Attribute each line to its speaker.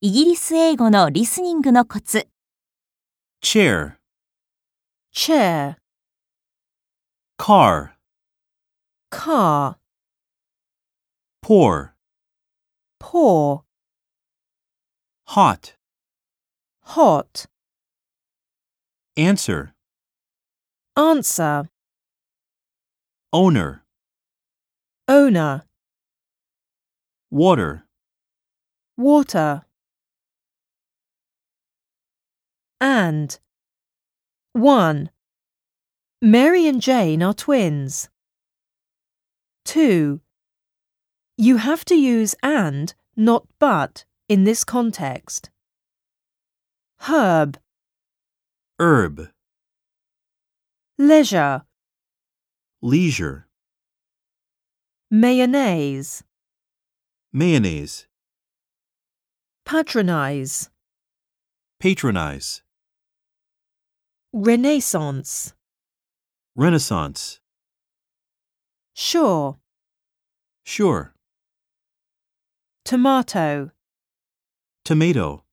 Speaker 1: イギリス英語のリスニングのコツ。
Speaker 2: chair,
Speaker 1: chair,
Speaker 2: car,
Speaker 1: car,
Speaker 2: pour,
Speaker 1: pour,
Speaker 2: hot,
Speaker 1: hot,
Speaker 2: answer,
Speaker 1: answer,
Speaker 2: owner,
Speaker 1: owner,
Speaker 2: water.
Speaker 1: water. And 1. Mary and Jane are twins. 2. You have to use and, not but, in this context. Herb,
Speaker 2: herb,
Speaker 1: leisure,
Speaker 2: leisure,
Speaker 1: mayonnaise,
Speaker 2: mayonnaise,
Speaker 1: patronize,
Speaker 2: patronize,
Speaker 1: renaissance,
Speaker 2: renaissance,
Speaker 1: sure,
Speaker 2: sure,
Speaker 1: tomato.
Speaker 2: tomato.